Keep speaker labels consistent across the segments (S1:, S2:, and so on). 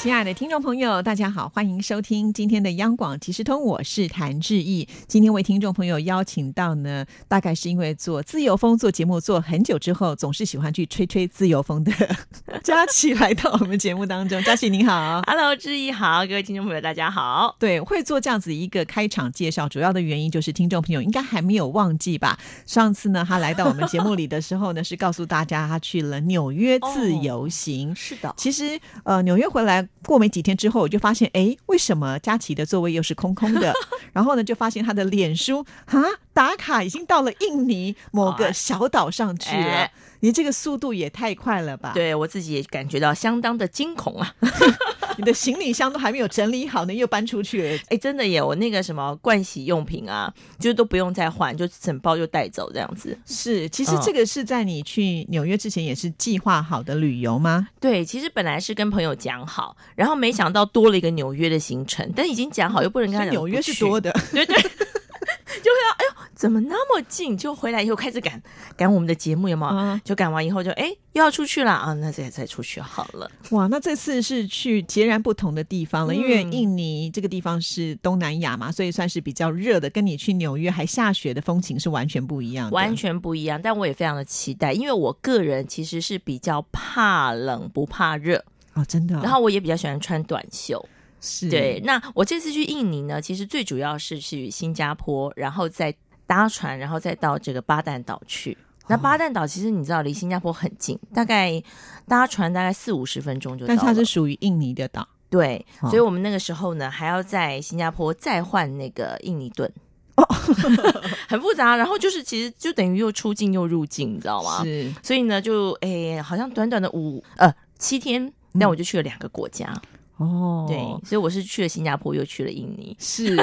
S1: 亲爱的听众朋友，大家好，欢迎收听今天的央广即时通，我是谭志毅。今天为听众朋友邀请到呢，大概是因为做自由风做节目做很久之后，总是喜欢去吹吹自由风的 佳琪来到我们节目当中。佳琪你好，
S2: Hello，志毅好，各位听众朋友，大家好。
S1: 对，会做这样子一个开场介绍，主要的原因就是听众朋友应该还没有忘记吧？上次呢，他来到我们节目里的时候呢，是告诉大家他去了纽约自由行。
S2: 是的，
S1: 其实，呃，纽约回来过没几天之后，我就发现，哎，为什么佳琪的座位又是空空 的？然后呢，就发现他的脸书啊打卡已经到了印尼某个小岛上去了。
S2: 哎
S1: 你这个速度也太快了吧？，
S2: 对我自己也感觉到相当的惊恐啊！
S1: 你的行李箱都还没有整理好呢，又搬出去 了。
S2: 哎，真的耶，我那个什么盥洗用品啊，就是都不用再换，就整包就带走这样子。
S1: 是，其实
S2: 嗯
S1: 这个是在你去纽约之前也是计划好的旅游吗？
S2: 对，其实本来是跟朋友讲好，然后没想到多了一个纽约的行程，但已经讲好又不能跟他
S1: 所以
S2: 讲
S1: 纽约
S2: 不
S1: 是
S2: 去
S1: 多的，
S2: 对 对，就会要哎呦，怎么那么近？就回来以后开始赶赶我们的节目，有没有？
S1: 嗯
S2: 就赶完以后就哎又要出去了啊，那再再出去好了。
S1: 哇，那这次是去截然不同的地方了，因为
S2: 嗯
S1: 印尼这个地方是东南亚嘛，所以算是比较热的，跟你去纽约还下雪的风情是完全不一样的。
S2: 完全不一样，但我也非常的期待，因为我个人其实是比较怕冷不怕热，
S1: 哦，真的哦、
S2: 然后我也比较喜欢穿短袖。
S1: 是
S2: 对，，那我这次去印尼呢，其实最主要是去新加坡，然后再搭船，然后再到这个巴淡岛去。
S1: 哦
S2: 那巴淡岛其实你知道离新加坡很近，大概搭船大概四五十分钟就到
S1: 但
S2: 了。
S1: 是它是属于印尼的岛
S2: 对，
S1: 哦
S2: 所以我们那个时候呢，还要在新加坡再换那个印尼盾，
S1: 哦
S2: 很复杂。然后就是其实就等于又出境又入境，你知道吗？
S1: 是
S2: 所以呢，就诶、好像短短的五呃七天，那我就去了两个国家。
S1: 嗯哦，
S2: 对，所以我是去了新加坡，又去了印尼。
S1: 是，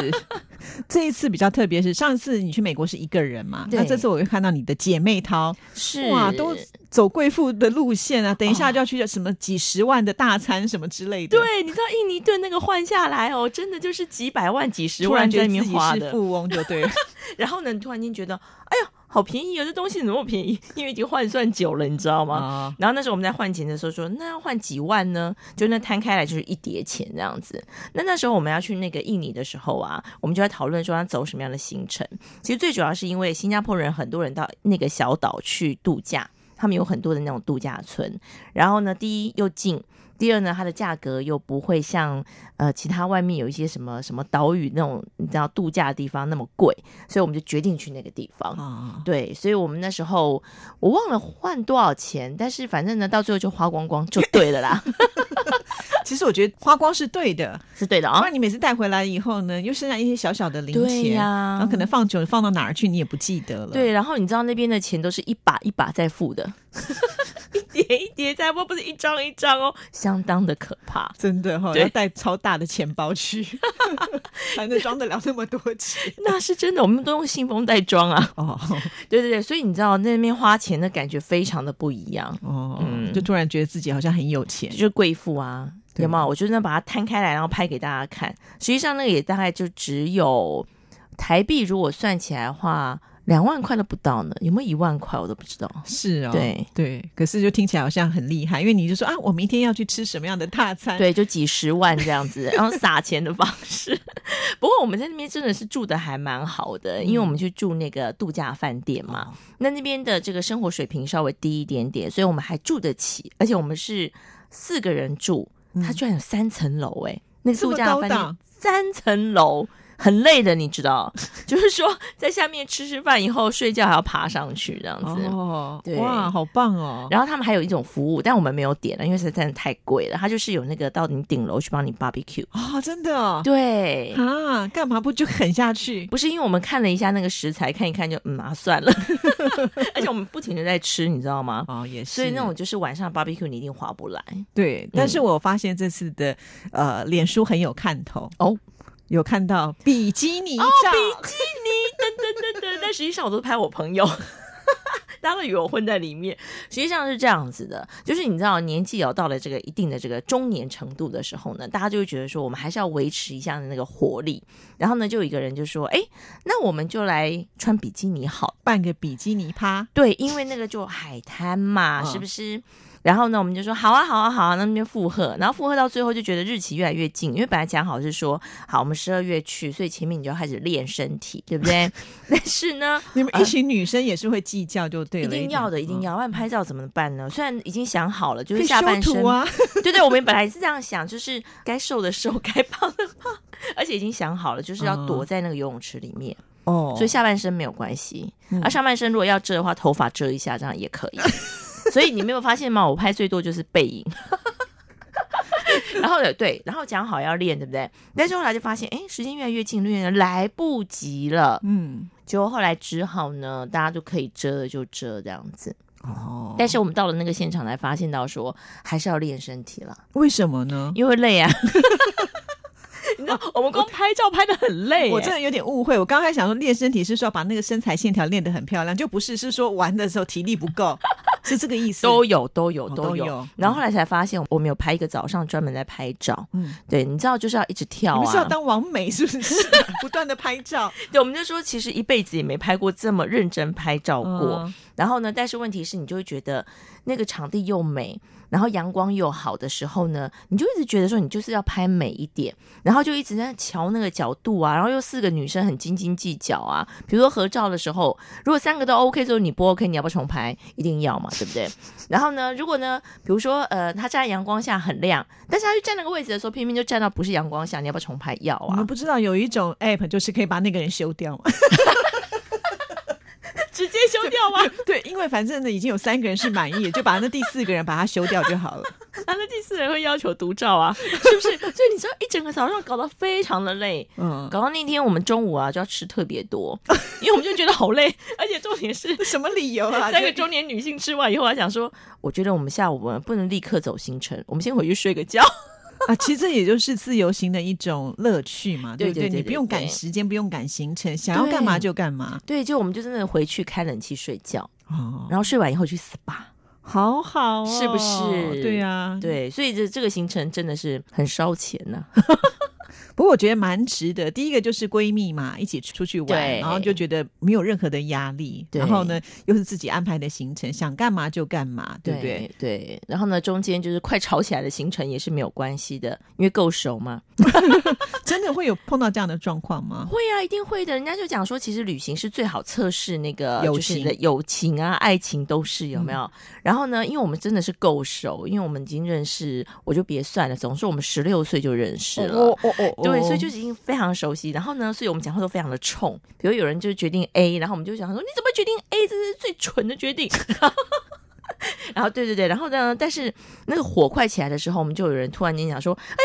S1: 这一次比较特别是上次你去美国是一个人嘛，那
S2: 对
S1: 这次我又看到你的姐妹淘，
S2: 是哦
S1: 哇，都走贵妇的路线啊！等一下就要去什么几十万的大餐什么之类的，，
S2: 对，你知道印尼盾那个换下来哦，真的就是几百万、几十
S1: 突
S2: 万
S1: 然觉
S2: 在
S1: 得
S2: 里
S1: 自
S2: 面
S1: 己
S2: 花
S1: 是
S2: 的。
S1: 富翁就 对了。
S2: 然后呢，你突然间觉得，哎呀，好便宜哦，这东西怎么那么便宜？ 因为已经换算久了，你知道吗？
S1: 啊，
S2: 然后那时候我们在换钱的时候说，那要换几万呢？就那摊开来就是一叠钱这样子。那那时候我们要去那个印尼的时候啊，我们就在讨论说要走什么样的行程。其实最主要是因为新加坡人很多人到那个小岛去度假，他们有很多的那种度假村。然后呢，第一又近。第二呢，它的价格又不会像呃其他外面有一些什么什么岛屿那种你知道度假的地方那么贵，所以我们就决定去那个地方。
S1: 啊，
S2: 对，所以我们那时候我忘了换多少钱，但是反正呢，到最后就花光光就对了啦，
S1: 其实我觉得花光是对的，
S2: 是对的
S1: 不
S2: 啊、
S1: 然你每次带回来以后呢，又剩下一些小小的零
S2: 对
S1: 钱，
S2: 呀
S1: 然后可能放久了放到哪儿去你也不记得了。，
S2: 对，然后你知道那边的钱都是一把一把在付的， 一叠一叠在付，不是一张一张哦，相当的可怕。
S1: 真的哈、
S2: 对
S1: 要带超大的钱包去，才能装得了那么多钱。
S2: 那是真的，我们都用信封袋装啊。
S1: 哦
S2: 对对对，所以你知道那边花钱的感觉非常的不一样，
S1: 哦，
S2: 嗯
S1: 就突然觉得自己好像很有钱
S2: 就。是贵妇啊，
S1: 对
S2: 有没有？我就那把它摊开来，然后拍给大家看。实际上那个也大概就只有台币，如果算起来的话，两万块都不到呢，有没有一万块我都不知道。
S1: 是哦，
S2: 对
S1: 对，可是就听起来好像很厉害，因为你就说啊，我明天要去吃什么样的大餐，
S2: 对，就几十万这样子，然后撒钱的方式。不过我们在那边真的是住的还蛮好的，因为我
S1: 嗯
S2: 们去住那个度假饭店嘛，那那边的这个生活水平稍微低一点点，所以我们还住得起，而且我们是四个人住，它居然有三层楼哎、那
S1: 嗯
S2: 个
S1: 这
S2: 度
S1: 么
S2: 假
S1: 高
S2: 饭
S1: 档
S2: 店三层楼。很累的，你知道， 就是说在下面吃吃饭以后睡觉还要爬上去这样子。
S1: 哦，
S2: 对
S1: 哇，好棒哦！
S2: 然后他们还有一种服务，但我们没有点啊了，因为实在真的太贵了。它就是有那个到你顶楼去帮你 barbecue。
S1: 啊、真的哦，
S2: 对，
S1: 啊，干嘛不就狠下去？
S2: 不是因为我们看了一下那个食材，看一看就嗯啊算了， 而且我们不停的在吃，你知道吗？
S1: 哦，也是，
S2: 所以那种就是晚上 barbecue 你一定划不来
S1: 对，但是我发现这次的、呃，脸书很有看头，
S2: 哦。
S1: 有看到哦比基尼照，
S2: 比基尼，等等等等，但实际上我都是拍我朋友。大家都以为我混在里面。实际上是这样子的，就是你知道，年纪有到了这个一定的这个中年程度的时候呢，大家就会觉得说，我们还是要维持一下那个活力。然后呢，就有一个人就说：“哎，那我们就来穿比基尼好了。
S1: 办个比基尼趴，”
S2: 对，因为那个就海滩嘛，
S1: 嗯
S2: 是不是？然后呢，我们就说好啊，好啊，好啊，那边附和，然后附和到最后就觉得日期越来越近，因为本来讲好是说好我们十二月去，所以前面你就要开始练身体，对不对？ 但是呢，
S1: 你们一群女生也是会计较就对
S2: 一
S1: 了，嗯
S2: 定要的，一定
S1: 要。
S2: 要，不然拍照怎么办呢？虽然已经想好了，就
S1: 可
S2: 是
S1: 以
S2: 下
S1: 修
S2: 半身
S1: 图，啊，
S2: 对对，我们本来是这样想，就是该瘦的瘦， 该胖的胖，而且已经想好了，就是要
S1: 嗯
S2: 躲在那个游泳池里面，
S1: 哦
S2: 所以下半身没有关系。
S1: 嗯
S2: 而上半身如果要遮的话，头发遮一下，这样也 可以。所以你没有发现吗？我拍最多就是背影。 然后呢，对，然后讲好要练，对不对？但是后来就发现，哎，时间越来越近，越来越来不及了。
S1: 嗯
S2: 结果后来只好呢，大家就可以遮的就遮这样子。
S1: 哦，
S2: 但是我们到了那个现场才发现到说，还是要练身体啦，
S1: 为什么呢？
S2: 因为累 啊。你知道，我们光拍照拍的很累啊耶、
S1: 我真的有点误会，我刚才想说练身体是说把那个身材线条练得很漂亮，就不是是说玩的时候体力不够， 是这个意思。
S2: 都有都有
S1: 哦
S2: 都
S1: 都
S2: 有。
S1: 有
S2: 然后后来才发现，我们有拍一个早上专门在拍照。
S1: 嗯，
S2: 对，你知道就是要一直跳
S1: 你们是要
S2: 啊。
S1: 当王美是 不是？不断的拍照
S2: 对，我们就说其实一辈子也没拍过这么认真拍照过。
S1: 嗯
S2: 然后呢，但是问题是你就会觉得那个场地又美，然后阳光又好的时候呢，你就一直觉得说你就是要拍美一点，然后就一直在瞧那个角度啊，然后又四个女生很斤斤计较啊。比如说合照的时候，如果三个都 OK 之后你不 OK，你要不要重拍？一定要嘛，对不对？然后呢，如果呢，比如说呃，他站在阳光下很亮，但是他去站那个位置的时候，偏偏就站到不是阳光下，你要不要重拍？要
S1: 我们
S2: 啊，
S1: 不知道有一种 app 就是可以把那个人修掉嘛？
S2: 直接修掉吗？
S1: 对，因为反正呢已经有三个人是满意，就把那第四个人把他修掉就好了。
S2: 然后第四人会要求独照啊， 是不是？所以你知道一整个早上搞得非常的累，
S1: 嗯，。
S2: 搞到那天我们中午啊就要吃特别多， 因为我们就觉得好累，而且重点 是
S1: 什么理由 啊？
S2: 三个
S1: 就
S2: 中年女性吃完以后，还想说，我觉得我们下午我们不能立刻走行程，我们先回去睡个觉。
S1: 啊，其实这也就是自由行的一种乐趣嘛，
S2: 对
S1: 不
S2: 对对
S1: 你
S2: 对
S1: 不用赶
S2: 对
S1: 时间，不用赶行程，想要干嘛就干嘛。
S2: 对，就我们就真的回去开冷气睡觉，
S1: 哦，
S2: 然后睡完以后去 SPA。
S1: 好好、哦，
S2: 是不是
S1: 对啊，。
S2: 对，所以这这个行程真的是很烧钱呐、
S1: 不过我觉得蛮值得。第一个就是闺蜜嘛，一起出去玩，
S2: 对
S1: 然后就觉得没有任何的压力，
S2: 对
S1: 然后呢又是自己安排的行程，想干嘛就干嘛，对不对？
S2: 对对，然后呢，中间就是快吵起来的行程也是没有关系的，因为够熟嘛。
S1: 真的会有碰到这样的状况吗？
S2: 会啊，一定会的。人家就讲说，其实旅行是最好测试那个
S1: 友
S2: 就是你
S1: 情嗯
S2: 的友情啊、爱情都是有没有。然后呢，因为我们真的是够熟，因为我们已经认识，我就别算了，总是我们十六岁就认识了。
S1: 哦哦哦，
S2: 对，所以就已经非常熟悉。然后呢，所以我们讲话都非常的冲。比如有人就决定 A，然后我们就想说，你怎么决定 A？这是最蠢的决定。 然后对对对，然后呢，但是那个火快起来的时候，我们就有人突然间讲说，哎呀，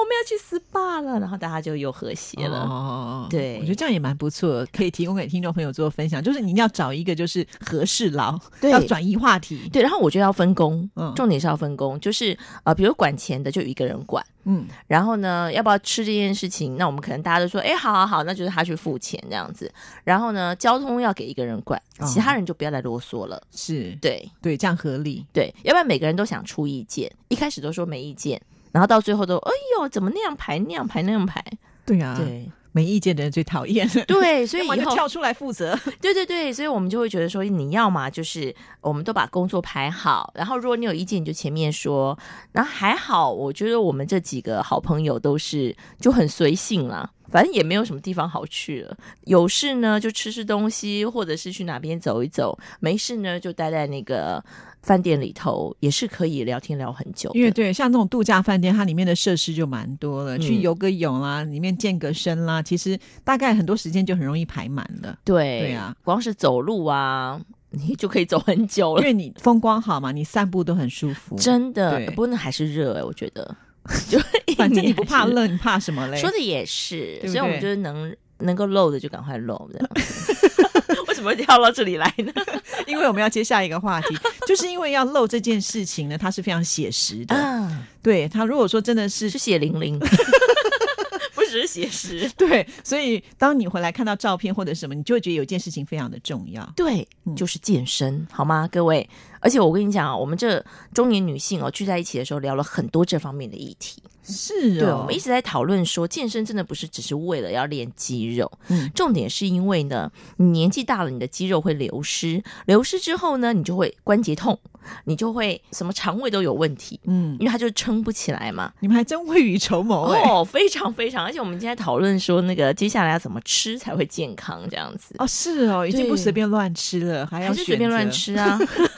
S2: 我们要去 SPA 了，然后大家就又和谐了。
S1: 哦，
S2: 对
S1: 我觉得这样也蛮不错的，可以提供给听众朋友做分享。就是你一定要找一个就是合适牢，
S2: 对
S1: 要转移话题。
S2: 对，然后我觉得要分工，
S1: 嗯
S2: 重点是要分工，就是呃，比如管钱的就一个人管，
S1: 嗯，
S2: 然后呢，要不要吃这件事情，那我们可能大家都说，哎，好好好，那就是他去付钱这样子。然后呢，交通要给一个人管，
S1: 哦
S2: 其他人就不要再啰嗦了。
S1: 是
S2: 对
S1: 对，这样合理。
S2: 对，要不然每个人都想出意见，一开始都说没意见，然后到最后都，哎呦，怎么那样排那样排那样排？
S1: 对啊，
S2: 对、
S1: 没意见的人最讨厌。
S2: 对，所以
S1: 要么
S2: 以
S1: 就
S2: 后
S1: 跳出来负责。
S2: 对对对，所以我们就会觉得说，你要嘛就是我们都把工作排好，然后如果你有意见，你就前面说。然后还好，我觉得我们这几个好朋友都是就很随性啦，反正也没有什么地方好去了。有事呢就吃吃东西，或者是去哪边走一走；没事呢就待在那个饭店里头，也是可以聊天聊很久的。
S1: 因为对，像这种度假饭店，它里面的设施就蛮多了，
S2: 嗯
S1: 去游个泳啦，里面健个身啦，其实大概很多时间就很容易排满了。
S2: 对
S1: 对啊，
S2: 光是走路啊，你就可以走很久
S1: 因
S2: 了。
S1: 为你风光好嘛，你散步都很舒服。
S2: 真的
S1: 对，
S2: 不过那还是热哎、我觉 得。就
S1: 反正你不
S2: 还是
S1: 怕冷，你怕什么嘞？
S2: 说的也是，
S1: 对不
S2: 所以我
S1: 对
S2: 们就是能能够漏的就赶快漏，这样子。 为什么会跳到这里来呢？
S1: 因为我们要接下一个话题，就是因为要露这件事情呢，它是非常写实的。
S2: 啊，
S1: 对他，如果说真的是
S2: 是血淋淋，不是实写实。
S1: 对，所以当你回来看到照片或者什么，你就会觉得有一件事情非常的重要。
S2: 对，就是健身，好吗，各位？而且我跟你讲啊，我们这中年女性哦聚在一起的时候，聊了很多这方面的议题。
S1: 是哦
S2: 对，我们一直在讨论说，健身真的不是只是为了要练肌肉，
S1: 嗯
S2: 重点是因为呢，你年纪大了，你的肌肉会流失，流失之后呢，你就会关节痛，你就会什么肠胃都有问题，
S1: 嗯，
S2: 因为它就撑不起来嘛。
S1: 你们还真未雨绸缪哎、
S2: 哦，非常非常，而且我们今天讨论说，那个接下来要怎么吃才会健康，这样子，
S1: 哦，是哦，已经不随便乱吃了，还要
S2: 还是随便
S1: 选择
S2: 乱。吃 啊？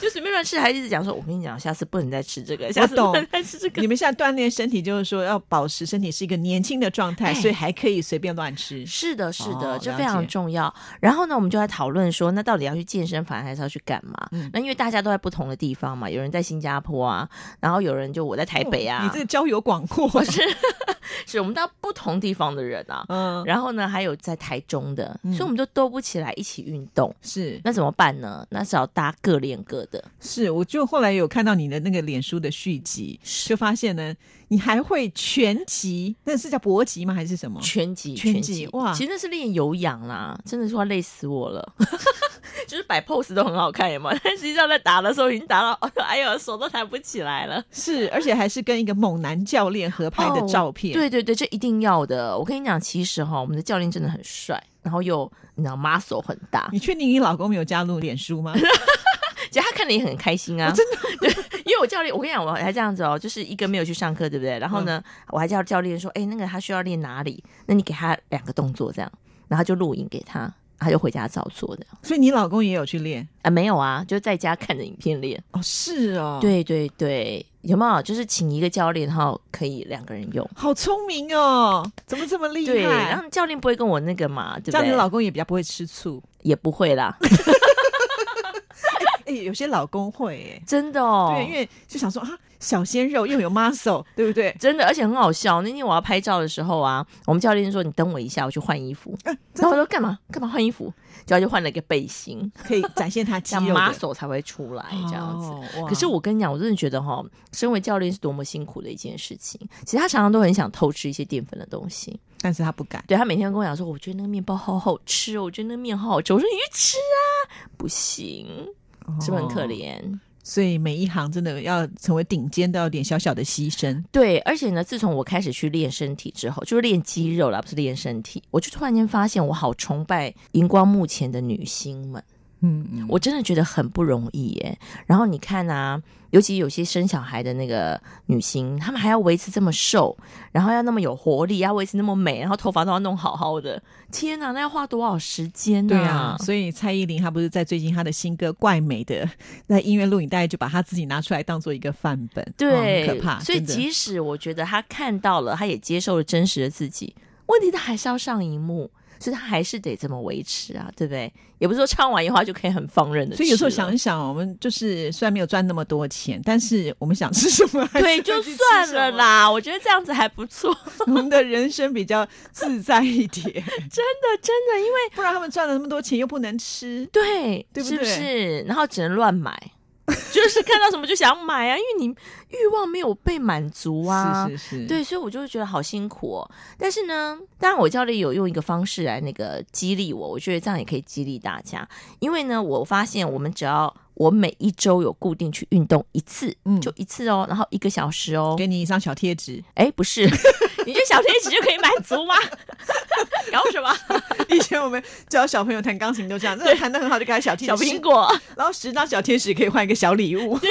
S2: 就随便乱吃，还一直讲说，我跟你讲，下次不能再吃这个，下次不能再吃这个
S1: 你。们现在锻炼身体，就是说要保持身体是一个年轻的状态，
S2: 哎
S1: 所以还可以随便乱吃。
S2: 是的，是的，
S1: 哦
S2: 这
S1: 了
S2: 非常
S1: 解
S2: 重要。然后呢，我们就来讨论说，那到底要去健身房还是要去干嘛？
S1: 嗯
S2: 那因为大家都在不同的地方嘛，有人在新加坡啊，然后有人就我在台北
S1: 哦
S2: 啊，
S1: 你这个交友广阔。
S2: 是我们到不同地方的人啊。
S1: 嗯，
S2: 然后呢，还有在台中的，
S1: 嗯
S2: 所以我们就斗不起来一起运动。
S1: 是
S2: 那怎么办呢？那只好大家各练各的。
S1: 是，我就后来有看到你的那个脸书的续集，就发现呢，你还会拳击，那是叫搏击吗？还是什么？
S2: 拳击，
S1: 拳击
S2: 击
S1: 哇
S2: 其实那是练有氧啦，真的是快累死我了。 就是摆 pose 都很好看，有没有？ 但实际上在打的时候已经打到， 哎呦，手都抬不起来了。
S1: 是，而且还是跟一个猛男教练合拍的
S2: 哦
S1: 照片。
S2: 对对对，这一定要的。我跟你讲，其实哈，我们的教练真的很帅，然后又你知道 muscle 很大，
S1: 你确定你老公没有加入脸书 吗？
S2: 其实他看了也很开心
S1: 哦
S2: 啊。真的，对，因为我教练，我跟你讲，我还这样子哦，就是一个没有去上课，对不对？然后呢，
S1: 嗯
S2: 我还叫教练说，哎，那个他需要练哪里？那你给他两个动作这样，然后就录影给他，他就回家照做的。
S1: 所以你老公也有去练
S2: 啊，没有啊，就在家看着影片练。
S1: 哦？是哦，，
S2: 对对对，有没有？就是请一个教练，然后可以两个人用。
S1: 好聪明哦，怎么这么厉
S2: 对，然
S1: 害？
S2: 后教练不会跟我那个嘛，对不
S1: 这样你
S2: 对？
S1: 老公也比较不会吃醋。
S2: 也不会啦，
S1: 哎，有些老公会
S2: 真的
S1: 哎、
S2: 哦。
S1: 对，因为就想说啊，小鲜肉又有 muscle，对不对？
S2: 真的，而且很好笑。那天我要拍照的时候啊，我们教练说：“你等我一下，我去换衣服。
S1: 嗯、真
S2: 然后我
S1: 的
S2: 说：“干嘛？干嘛换衣服？”结果他就换了一个背心，
S1: 可以展现 他肌
S2: 这样
S1: 肉的
S2: muscle 才会出来这样子。
S1: 哦哇
S2: 可是我跟你讲，我真的觉得哈、身为教练是多么辛苦的一件事情。其实他常常都很想偷吃一些淀粉的东西。
S1: 但是他不敢。
S2: 对他每天跟我讲说：“我觉得那个面包好好吃哦，我觉得那个面好好吃。”我说：“你去吃啊！”不行，是不是很可
S1: 哦？
S2: 怜？
S1: 所以每一行真的要成为顶尖，都要有点小小的牺牲。
S2: 对，而且呢，自从我开始去练身体之后，就是练肌肉啦，不是练身体，我就突然间发现，我好崇拜荧光幕前的女星们，
S1: 嗯嗯，
S2: 我真的觉得很不容易耶。然后你看啊，尤其有些生小孩的那个女星，她们还要维持这么瘦，然后要那么有活力，要维持那么美，然后头发都要弄好好的，天哪，那要花多少时间
S1: 对啊
S2: 啊，？
S1: 所以蔡依林她不是在最近她的新歌《怪美的》在音乐录影带就把她自己拿出来当做一个范本，
S2: 对，
S1: 哇很可怕。
S2: 所以
S1: 真的
S2: 即使我觉得他看到了，他也接受了真实的自己，问题他还是要上荧幕，所以他还是得这么维持啊，对不对？也不是说唱完以后他就可以很放任的，
S1: 所以有时候想一，想，我们就是虽然没有赚那么多钱，但是我们想吃什么，还
S2: 对，
S1: 是
S2: 就
S1: 会去吃
S2: 算
S1: 什
S2: 了
S1: 么。
S2: 啦，我觉得这样子还不 错，
S1: 我们的人生比较自在一 点，
S2: 真的，因为
S1: 不然他们赚了那么多钱又不能吃。
S2: 对，
S1: 对不
S2: 是不
S1: 对
S2: 是？然后只能乱买。就是看到什么就想买啊，因为你欲望没有被满足 啊，
S1: 是是是，
S2: 对，所以我就会觉得好辛苦哦。但是呢，当然我教练有用一个方式来那个激励我，我觉得这样也可以激励大家。因为呢，我发现我们只要我每一周有固定去运动一次，
S1: 嗯
S2: 就一次哦，然后一个小时哦。
S1: 给你一张小贴纸，
S2: 哎，不是， 你这小贴纸就可以满足吗？ 搞什么
S1: 以前我们教小朋友弹钢琴都这样，真的弹得很好就给他小贴
S2: 小
S1: 纸，
S2: 苹果？
S1: 然后十张小天使可以换一个小礼物，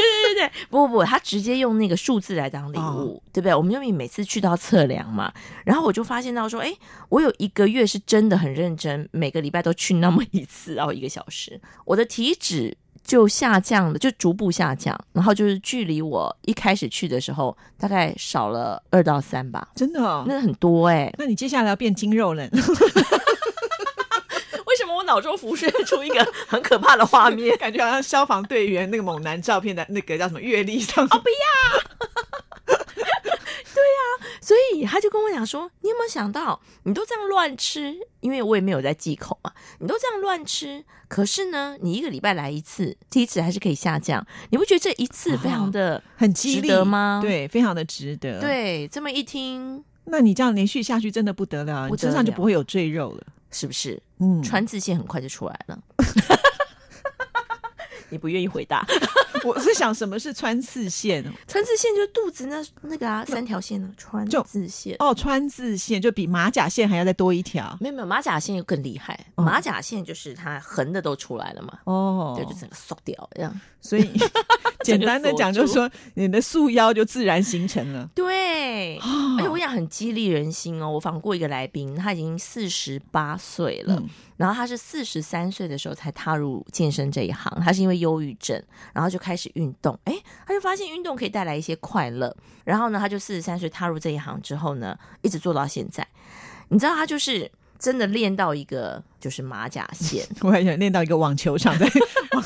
S2: 不不不，他直接用那个数字来当礼物，对不对？我们因为每次去都要测量嘛，然后我就发现到说，哎，我有一个月是真的很认真，每个礼拜都去那么一次，然后一个小时，我的体脂就下降了，就逐步下降，然后就是距离我一开始去的时候，大概少了二到三 吧，
S1: 真的、哦。
S2: 那很多哎、
S1: 那你接下来要变精肉人，
S2: 为什么我脑中浮现出一个很可怕的画面？
S1: 感觉好像消防队员那个猛男照片的那个叫什么阅历上。
S2: 所以他就跟我讲说：“你有没有想到，你都这样乱吃？因为我也没有在忌口嘛，你都这样乱吃，可是呢，你一个礼拜来一次，体脂还是可以下降。你不觉得 这一次非常的、
S1: 很激励
S2: 值得吗
S1: 对，非常的值得。，
S2: 对？这么一听，
S1: 那你这样连续下去真的不得了，
S2: 不
S1: 你
S2: 得
S1: 身上就
S2: 了
S1: 不会有赘肉了。
S2: 是不是？
S1: 嗯，
S2: 川字线很快就出来了。 你不愿意回答，
S1: 我是想什么是穿刺线？
S2: 川字线就是肚子那那个啊，三条线呢，川字线。
S1: 哦，穿刺线就比马甲线还要再多一条。
S2: 没有没有，马甲线又更厉害，
S1: 哦
S2: 马甲线就是它横的都出来了嘛，
S1: 哦，
S2: 对，就整个缩掉这样。
S1: 所 以简单的讲，就是
S2: 锁
S1: 说你的束腰就自然形成了。
S2: 对，
S1: 哦
S2: 而且我想很激励人心哦。我访过一个来宾，他已经四十八岁了，
S1: 嗯
S2: 然后他是四十三岁的时候才踏入健身这一行，他是因为忧郁症，然后就开始运动，哎，他就发现运动可以带来一些快乐，然后呢，他就四十三岁踏入这一行之后呢，一直做到现在，你知道他就是真的练到一个就是马甲线，
S1: 我还想练到一个网球场，在 网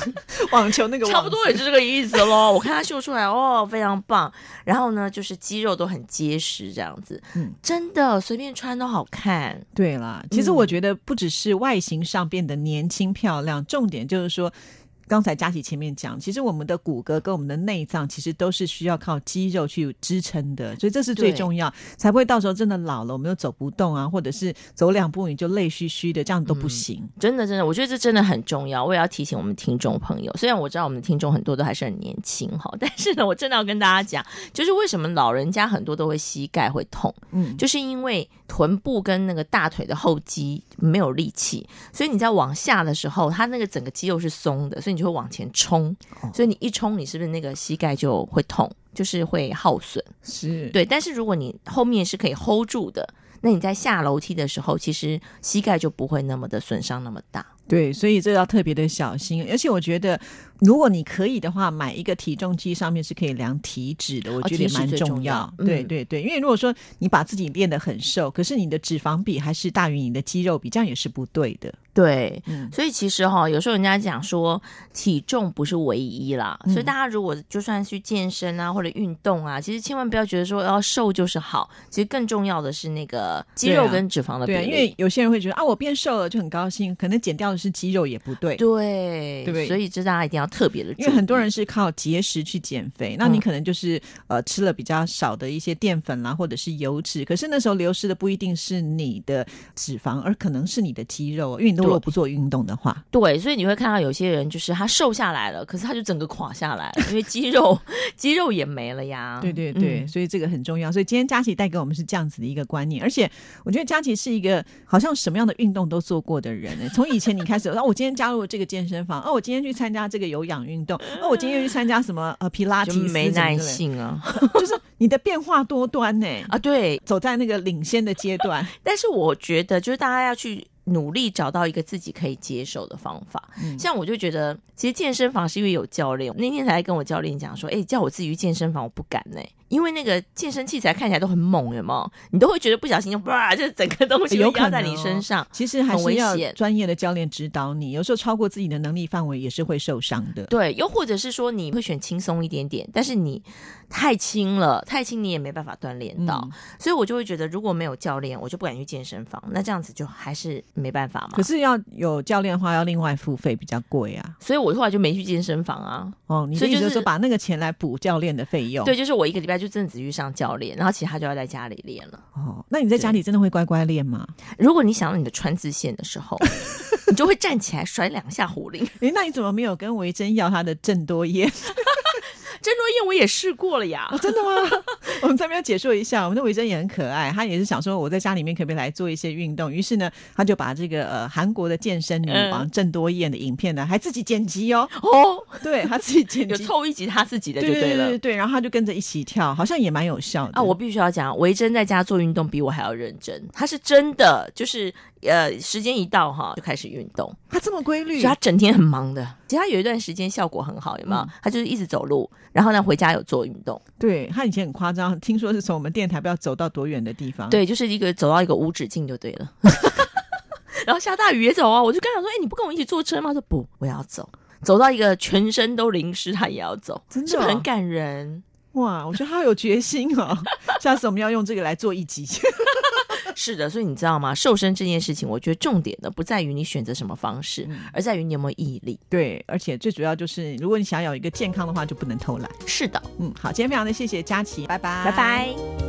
S1: 网球那个网
S2: 差不多
S1: 子
S2: 也是这个意思喽。我看他秀出来，哦，非常棒。然后呢，就是肌肉都很结实，这样子，
S1: 嗯
S2: 真的随便穿都好看。
S1: 对啦，其实
S2: 嗯
S1: 我觉得不只是外形上变得年轻漂亮，重点就是说。刚才佳琪前面讲，其实我们的骨骼跟我们的内脏其实都是需要靠肌肉去支撑的，所以这是最
S2: 对
S1: 重要，才不会到时候真的老了，我们又走不动啊，或者是走两步你就累虚虚的，这样都
S2: 嗯
S1: 不行。
S2: 真的，真的，我觉得这真的很重要。我也要提醒我们听众朋友，虽然我知道我们的听众很多都还是很年轻哈，但是呢，我真的要跟大家讲，就是为什么老人家很多都会膝盖会痛，
S1: 嗯，
S2: 就是因为臀部跟那个大腿的后肌没有力气，所以你在往下的时候，它那个整个肌肉是松的，所以你就会往前冲，所以你一冲，你是不是那个膝盖就会痛，就是会耗损？
S1: 是，
S2: 对，但是如果你后面是可以 hold 住的，那你在下楼梯的时候，其实膝盖就不会那么的损伤那么大。
S1: 对，所以这要特别的小心。而且我觉得，如果你可以的话，买一个体重机，上面是可以量体脂的，我觉得也
S2: 哦体脂
S1: 蛮
S2: 最
S1: 重
S2: 重
S1: 要。
S2: 要嗯
S1: 对对对，因为如果说你把自己练得很瘦，可是你的脂肪比还是大于你的肌肉比，这样也是不对的。
S2: 对，
S1: 嗯，
S2: 所以其实哈、有时候人家讲说体重不是唯一啦，
S1: 嗯
S2: 所以大家如果就算去健身啊或者运动啊，其实千万不要觉得说要瘦就是好，其实更重要的是那个肌
S1: 对啊
S2: 肉跟脂肪的比
S1: 对啊，
S2: 例。
S1: 因为有些人会觉得啊，我变瘦了就很高兴，可能减掉的是肌肉也不对。
S2: 对
S1: 对不对
S2: 所以这大家一定要特别的注意，
S1: 因为很多人是靠节食去减肥，那你可能就是、呃吃了比较少的一些淀粉啦，或者是油脂，可是那时候流失的不一定是你的脂肪，而可能是你的肌肉哦，因为你如果
S2: 对
S1: 不做运动的话，
S2: 对，所以你会看到有些人就是他瘦下来了，可是他就整个垮下来了，因为肌肉 肌肉也没了呀。
S1: 对对对，
S2: 嗯
S1: 所以这个很重要。所以今天佳琪带给我们是这样子的一个观念，而且我觉得佳琪是一个好像什么样的运动都做过的人、欸。从以前你开始，哦， 我今天加入了这个健身房，哦，我今天去参加这个有氧运动，哦，我今天又去参加什么呃皮拉提
S2: 就
S1: 斯，
S2: 没耐，性啊
S1: 就是你的变化多端欸呢、
S2: 啊！对，
S1: 走在那个领先的阶 段，
S2: 但是我觉得，就是大家要去努力找到一个自己可以接受的方法。
S1: 嗯
S2: 像我就觉得，其实健身房是因为有教练。那天才跟我教练讲说，哎、叫我自己去健身房，我不敢呢、因为那个健身器材看起来都很猛，有没有？你都会觉得不小心就哇，这整个东西
S1: 有
S2: 都
S1: 可能
S2: 压
S1: 哦
S2: 在你身上。
S1: 其实还
S2: 很
S1: 是
S2: 危
S1: 要
S2: 险
S1: 专业的教练指导你，有时候超过自己的能力范围也是会受伤的。
S2: 对，又或者是说你会选轻松一点点，但是你太轻了，太轻你也没办法锻炼到，
S1: 嗯
S2: 所以我就会觉得如果没有教练，我就不敢去健身房，那这样子就还是没办法嘛
S1: 可。是要有教练的话，要另外付费，比较贵啊。
S2: 所以我后来就没去健身房啊，
S1: 哦，你的
S2: 所以
S1: 意思
S2: 就
S1: 就是
S2: 是
S1: 说把那个钱来补教练的费用？
S2: 对，就是我一个礼拜就真的只去上教练，然后其他就要在家里练了。
S1: 哦，那你在家里真的会乖乖练吗？
S2: 如果你想到你的川字线的时 候，你就会站起来甩两下壶铃。
S1: 诶，那你怎么没有跟维珍要他的郑多 燕？
S2: 郑多燕我也试过了呀
S1: 哦，，真的吗？我们这边要解说一下，我们的维珍也很可爱，她也是想说我在家里面可不可以来做一些运动，于是呢，她就把这个呃韩国的健身女
S2: 嗯
S1: 王郑多燕的影片呢，还自己剪辑哦，
S2: 哦，
S1: 对她自己剪
S2: 有
S1: 辑。
S2: 凑一集他自己的就
S1: 对对
S2: 了。
S1: 对对，然后她就跟着一起跳，好像也蛮有效的
S2: 啊，我必须要讲，维珍在家做运动比我还要认真，他是真的就是呃，时间一到哈就开始运动，
S1: 她这么规律
S2: 所以，他整天很忙的。其实他有一段时间效果很好，有没有？他就是一直走路，然后呢回家有做运动，
S1: 对她以前很夸张，听说是从我们电台不知道走到多远的地方，
S2: 对，就是一个走到一个无止境就对了。 然后下大雨也走啊，我就跟他说：“哎、你不跟我一起坐车吗？”他说：“不，我要走。”走到一个全身都淋湿，他也要走，
S1: 真的
S2: 是不是
S1: 哦
S2: 很感人？
S1: 哇，我觉得她好有决心哦， 下次我们要用这个来做一集。
S2: 是的，所以你知道吗？瘦身这件事情，我觉得重点的不在于你选择什么方式，
S1: 嗯
S2: 而在于你有没有毅力。
S1: 对，而且最主要就是，如果你想要有一个健康的话，就不能偷懒。
S2: 是的，
S1: 嗯，好，今天非常的谢谢佳琪，拜拜，
S2: 拜拜。